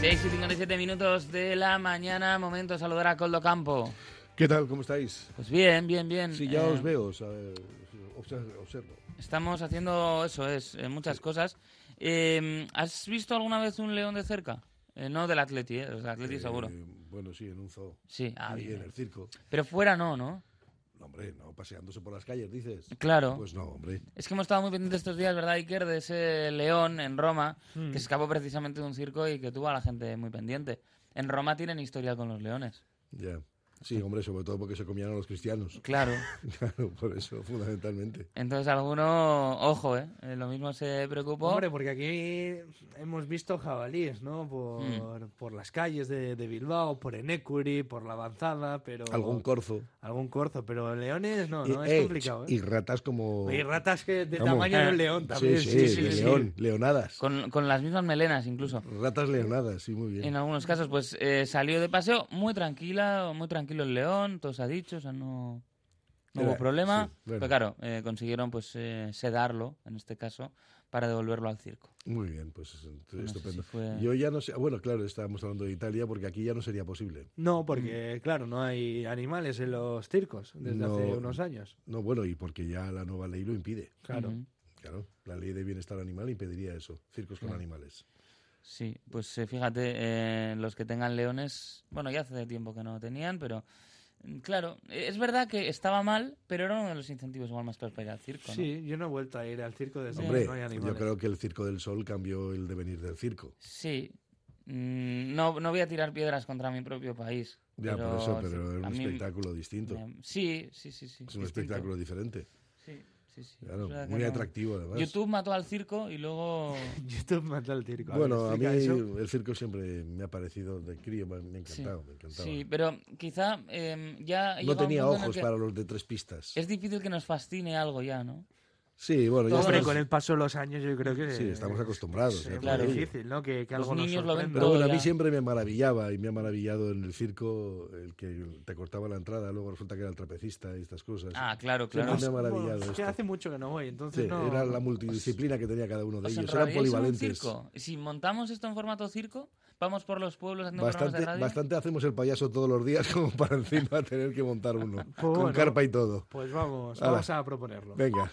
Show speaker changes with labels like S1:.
S1: 6 y 57 minutos de la mañana, momento de saludar a Coldo Campo.
S2: ¿Qué tal? ¿Cómo estáis?
S1: Pues bien, bien,
S3: Mm,
S1: bien.
S2: Sí, ya
S1: Eh,
S2: os veo, o sea, eh, observo. observo.
S1: Estamos haciendo eso, es, eh, muchas cosas. Eh, ¿Has visto alguna vez un león de cerca? Eh, no del Atleti, eh, los del Atleti
S2: Eh,
S1: seguro.
S2: Bueno, sí, en un zoo.
S1: Sí, ah,
S2: y
S1: bien,
S2: en
S3: eh.
S1: bien.
S2: el circo.
S1: Pero fuera no, ¿no?
S2: No, hombre, no, paseándose por las calles, dices.
S1: Claro.
S2: Pues no, hombre.
S1: Es que hemos estado muy pendientes estos días, ¿verdad, Iker? De ese león en Roma
S2: Hmm.
S1: que se escapó precisamente de un circo y que tuvo a la gente muy pendiente. En Roma tienen historia con los leones.
S2: Ya. Sí, hombre, sobre todo porque se comían a los cristianos.
S1: Claro.
S2: Claro, por eso, fundamentalmente.
S1: Entonces alguno, ojo, ¿eh? Eh, Lo mismo se preocupó.
S3: Hombre, porque aquí hemos visto jabalíes, ¿no? Por, por las calles de, de Bilbao, por Enecuri, por la avanzada, pero...
S2: Algún corzo.
S3: Algún corzo, pero leones no,
S2: Y-
S3: no, es
S2: eh,
S3: complicado, ¿eh?
S2: Y ratas como...
S3: Y ratas que de
S2: Vamos.
S3: tamaño de un león también.
S2: Sí,
S3: Sí,
S2: sí,
S3: sí,
S2: de
S3: sí.
S2: león, leonadas.
S1: Con, con las mismas melenas incluso.
S2: Ratas leonadas, sí, muy
S1: En
S2: bien.
S1: algunos casos, pues eh, salió de paseo muy tranquila, muy tranquilo el león, todo se ha dicho, o sea, no, no hubo
S2: Era-
S1: problema.
S2: sí, bueno.
S1: Pero claro, eh, consiguieron pues eh, sedarlo, en este caso, para devolverlo al circo.
S2: Muy bien, pues es- estupendo.
S1: si fue-
S2: Yo ya no sé... Bueno, claro, estábamos hablando de Italia porque aquí ya no sería posible.
S3: No, porque, claro, no hay animales en los circos desde
S2: No.
S3: hace unos años.
S2: No, bueno, y porque ya la nueva ley lo impide.
S3: Claro.
S1: Ujú.
S2: Claro, la ley de bienestar animal impediría eso, circos
S1: Mm.
S2: con animales.
S1: Sí, pues eh, fíjate, eh, los que tengan leones, bueno, ya hace tiempo que no tenían, pero mm, claro, eh, es verdad que estaba mal, pero era uno de los incentivos igual más claros para ir al circo. ¿no?
S3: Sí, yo no he vuelto a ir al circo desde
S2: Hombre,
S3: que no hay animales.
S2: yo creo que el Circo del Sol cambió el devenir del circo.
S1: Sí. Mm, No, no voy a tirar piedras contra mi propio país.
S2: Ya,
S1: pero
S2: por
S1: sí,
S2: eso, pero era
S1: a
S2: un
S1: mí-
S2: espectáculo distinto.
S1: me- Sí, sí, sí. sí
S2: es un
S1: distinto.
S2: espectáculo diferente.
S1: Sí, sí, sí.
S2: Claro,
S1: es verdad que
S2: muy
S1: no.
S2: atractivo además.
S1: YouTube mató al circo y luego...
S3: YouTube mata al circo. ver,
S2: Bueno, a mí
S3: explica eso.
S2: el circo siempre me ha parecido de crío, me me ha encantado, me encantaba.
S1: Sí, pero quizá eh, ya... llega
S2: no
S1: un
S2: tenía
S1: punto en el
S2: ojos
S1: que
S2: para los de tres pistas.
S1: Es difícil que nos fascine algo ya, ¿no?
S2: Sí, bueno, ya
S1: Todo
S3: Hombre,
S2: estamos,
S3: con el paso de los años yo creo que...
S2: sí, estamos acostumbrados.
S3: Es
S2: ya por
S1: claro.
S2: ello.
S3: difícil, ¿no? Que, que
S1: Los
S3: algo nos
S1: niños lo ven
S3: sorprenda.
S2: Pero bueno, a mí
S1: Hola.
S2: siempre me maravillaba y me ha maravillado en el circo el que te cortaba la entrada, luego resulta que era el trapecista y estas cosas.
S1: Ah, claro,
S2: Siempre
S1: claro.
S2: me ha maravillado
S3: Bueno, es que
S2: esto.
S3: hace mucho que no voy, entonces
S2: Sí,
S3: no...
S2: Era la multidisciplina que tenía cada uno de
S1: ¿Os
S2: ellos. Eran
S1: enrabiáis Pues en un
S2: polivalentes.
S1: circo? Si montamos esto en formato circo, vamos por los pueblos haciendo
S2: Bastante,
S1: programas de radio.
S2: bastante hacemos el payaso todos los días como para encima tener que montar uno. con
S3: Pues bueno.
S2: carpa y todo.
S3: Pues vamos,
S2: Hala.
S3: vamos a proponerlo.
S2: Venga.